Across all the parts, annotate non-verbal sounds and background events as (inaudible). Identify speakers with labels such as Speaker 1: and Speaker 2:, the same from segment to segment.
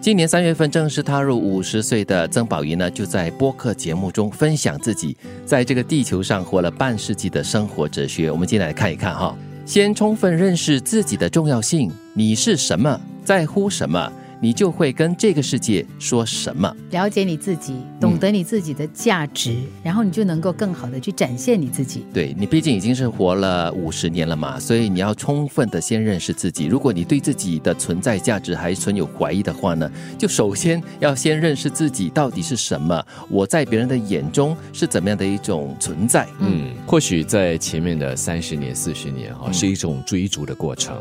Speaker 1: 今年三月份正式踏入五十岁的曾宝仪呢，就在播客节目中分享自己在这个地球上活了半世纪的生活哲学。我们进来看一看哈，先充分认识自己的重要性，你是什么，在乎什么，你就会跟这个世界说什么。
Speaker 2: 了解你自己，懂
Speaker 1: 嗯
Speaker 2: 得你自己的价值，然后你就能够更好的去展现你自己。
Speaker 1: 对你毕竟已经是活了五十年了嘛，所以你要充分的先认识自己。如果你对自己的存在价值还存有怀疑的话呢，就首先要先认识自己到底是什么，我在别人的眼中是怎么样的一种存在。
Speaker 3: 嗯，或许在前面的三十年、四十年哈、是一种追逐的过程。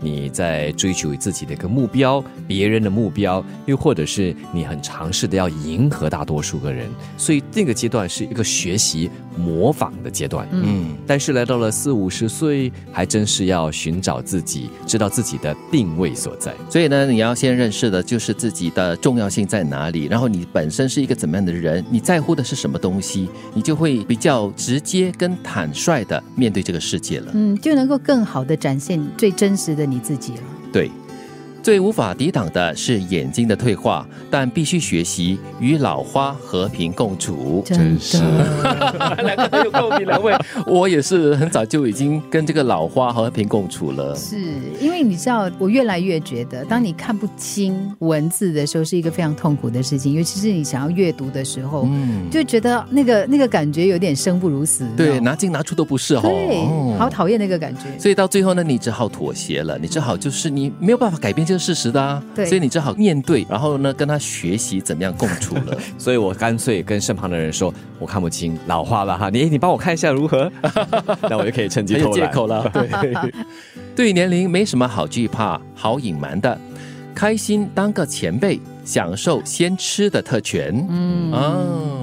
Speaker 3: 你在追求自己的一个目标、别人的目标，又或者是你很尝试的要迎合大多数个人，所以那个阶段是一个学习模仿的阶段。
Speaker 2: 嗯
Speaker 1: 嗯，
Speaker 3: 但是来到了四五十岁，还真是要寻找自己，知道自己的定位所在。
Speaker 1: 所以呢，你要先认识的就是自己的重要性在哪里，然后你本身是一个怎么样的人，你在乎的是什么东西，你就会比较直接跟坦率的面对这个世界了。
Speaker 2: 嗯，就能够更好的展现最真实的你自己了。
Speaker 1: 对，最无法抵挡的是眼睛的退化，但必须学习与老花和平共处。
Speaker 3: 真是
Speaker 2: 的，
Speaker 1: 两个都有共鸣，两位，我也是很早就已经跟这个老花和平共处了。
Speaker 2: 是因为你知道，我越来越觉得，当你看不清文字的时候，是一个非常痛苦的事情，尤其是你想要阅读的时候，
Speaker 1: 嗯，
Speaker 2: 就觉得那个那个感觉有点生不如死。
Speaker 1: 对，
Speaker 2: 你知道吗
Speaker 1: 拿进拿出都不是哦。
Speaker 2: 对，
Speaker 1: 哦
Speaker 2: 好讨厌那
Speaker 1: (laughs)
Speaker 2: 个感觉。
Speaker 1: 所以到最后呢，你只好妥协了，你只好就是你没有办法改变这个事实的啊，
Speaker 2: 对
Speaker 1: 所以你只好面对，然后呢跟他学习怎么样共处了。
Speaker 3: 所以我干脆跟身旁的人说，我看不清，老花了哈，你你帮我看一下如何？ (laughs) 那我就可以趁机
Speaker 1: 很 (laughs) 有
Speaker 3: 偷
Speaker 1: 借
Speaker 3: 懒。
Speaker 1: 口了。对，对年龄没什么好惧怕、好隐瞒的，开心当个前辈，享受先吃的特权。嗯啊，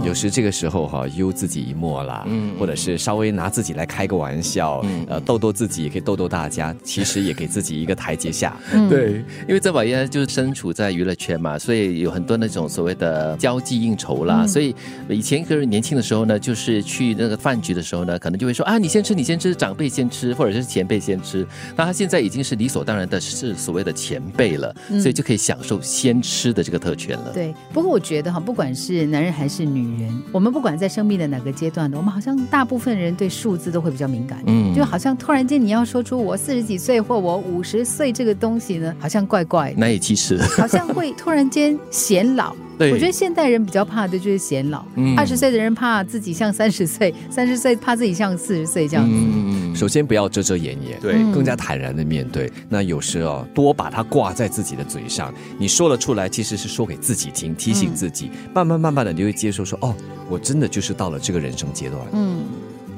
Speaker 3: 有时这个时候哈、悠自己一默啦，
Speaker 1: 嗯
Speaker 3: 或者是稍微拿自己来开个玩笑，
Speaker 1: 嗯
Speaker 3: 呃，逗逗自己，也可以逗逗大家，其实也给自己一个台阶下。
Speaker 2: 嗯，
Speaker 1: 对，因为这宝爷就是身处在娱乐圈嘛，所以有很多那种所谓的交际应酬啦。
Speaker 2: 嗯
Speaker 1: 所以以前可是年轻的时候呢，就是去那个饭局的时候呢，可能就会说啊，你先吃，你先吃，长辈先吃，或者是前辈先吃。那他现在已经是理所当然的是所谓的前辈了，
Speaker 2: 嗯
Speaker 1: 所以就可以享受先吃的这个特权了。
Speaker 2: 对，不过我觉得哈，不管是男人还是女人，我们不管在生命的哪个阶段的，我们好像大部分人对数字都会比较敏感。
Speaker 1: 嗯
Speaker 2: 就好像突然间你要说出我四十几岁或我五十岁这个东西呢，好像怪怪的，
Speaker 1: 难以启齿。
Speaker 2: 好像会突然间显老。
Speaker 1: (laughs) 对，
Speaker 2: 我觉得现代人比较怕的就是显老
Speaker 1: 嗯，
Speaker 2: 二十、岁的人怕自己像三十岁，三十岁怕自己像四十岁这样子。
Speaker 1: 嗯，
Speaker 3: 首先不要遮遮掩掩，
Speaker 1: 对
Speaker 2: 嗯
Speaker 3: 更加坦然的面对。那有时哦，多把它挂在自己的嘴上，你说了出来，其实是说给自己听，提
Speaker 1: 嗯
Speaker 3: 醒自己。慢慢慢慢的，你就会接受说，哦，我真的就是到了这个人生阶段。
Speaker 2: 嗯，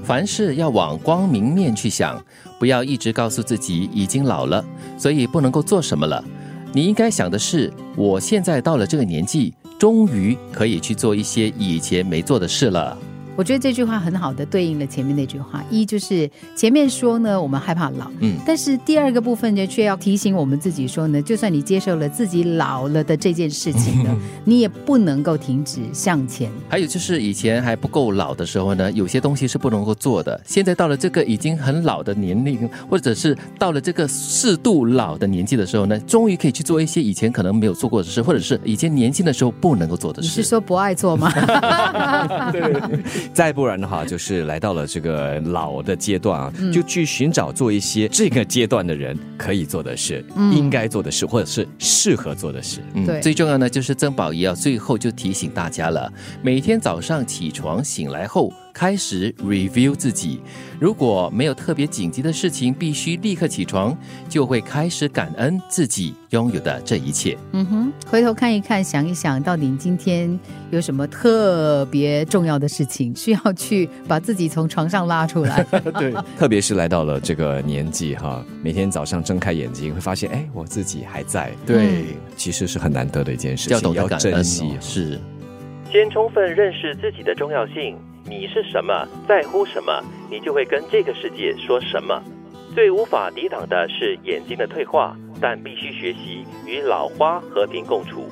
Speaker 1: 凡事要往光明面去想，不要一直告诉自己已经老了，所以不能够做什么了。你应该想的是，我现在到了这个年纪，终于可以去做一些以前没做的事了。
Speaker 2: 我觉得这句话很好的对应了前面那句话，一就是前面说呢，我们害怕老，
Speaker 1: 嗯
Speaker 2: 但是第二个部分呢，却要提醒我们自己说呢，就算你接受了自己老了的这件事情呢， (laughs) 你也不能够停止向前。
Speaker 1: 还有就是以前还不够老的时候呢，有些东西是不能够做的。现在到了这个已经很老的年龄，或者是到了这个适度老的年纪的时候呢，终于可以去做一些以前可能没有做过的事，或者是以前年轻的时候不能够做的
Speaker 2: 你
Speaker 1: 事。
Speaker 2: 是说不爱做吗？
Speaker 3: (laughs) 再不然的话，就是来到了这个老的阶段啊，就去寻找做一些这个阶段的人可以做的事、应该做的事，或者是适合做的事。
Speaker 1: 嗯，
Speaker 2: 对
Speaker 1: 最重要呢，就是曾宝仪啊，最后就提醒大家了，每天早上起床醒来后，开始 review 自己。如果没有特别紧急的事情，必须立刻起床，就会开始感恩自己拥有的这一切。
Speaker 2: 嗯哼，回头看一看，想一想，到底你今天有什么特别重要的事情需要去把自己从床上拉出来？
Speaker 1: 对，
Speaker 3: 特别是来到了这个年纪哈，每天早上睁开眼睛会发现，哎，我自己还在，
Speaker 2: 嗯
Speaker 1: 对，
Speaker 3: 其实是很难得的一件事情，
Speaker 1: 要懂得感恩、
Speaker 3: 珍惜
Speaker 1: 哦。。是，先充分认识自己的重要性，你是什么，在乎什么，你就会跟这个世界说什么。最无法抵挡的是眼睛的退化，但必须学习与老花和平共处。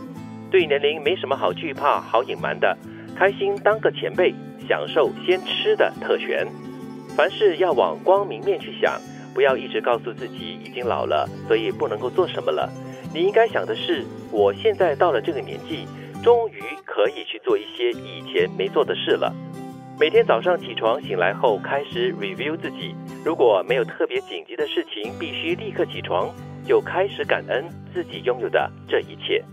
Speaker 1: 对年龄没什么好惧怕、好隐瞒的，开心当个前辈，享受先吃的特权。凡事要往光明面去想，不要一直告诉自己已经老了，所以不能够做什么了。你应该想的是，我现在到了这个年纪，终于可以去做一些以前没做的事了。每天早上起床醒来后，开始 review 自己，如果没有特别紧急的事情，必须立刻起床，就开始感恩自己拥有的这一切。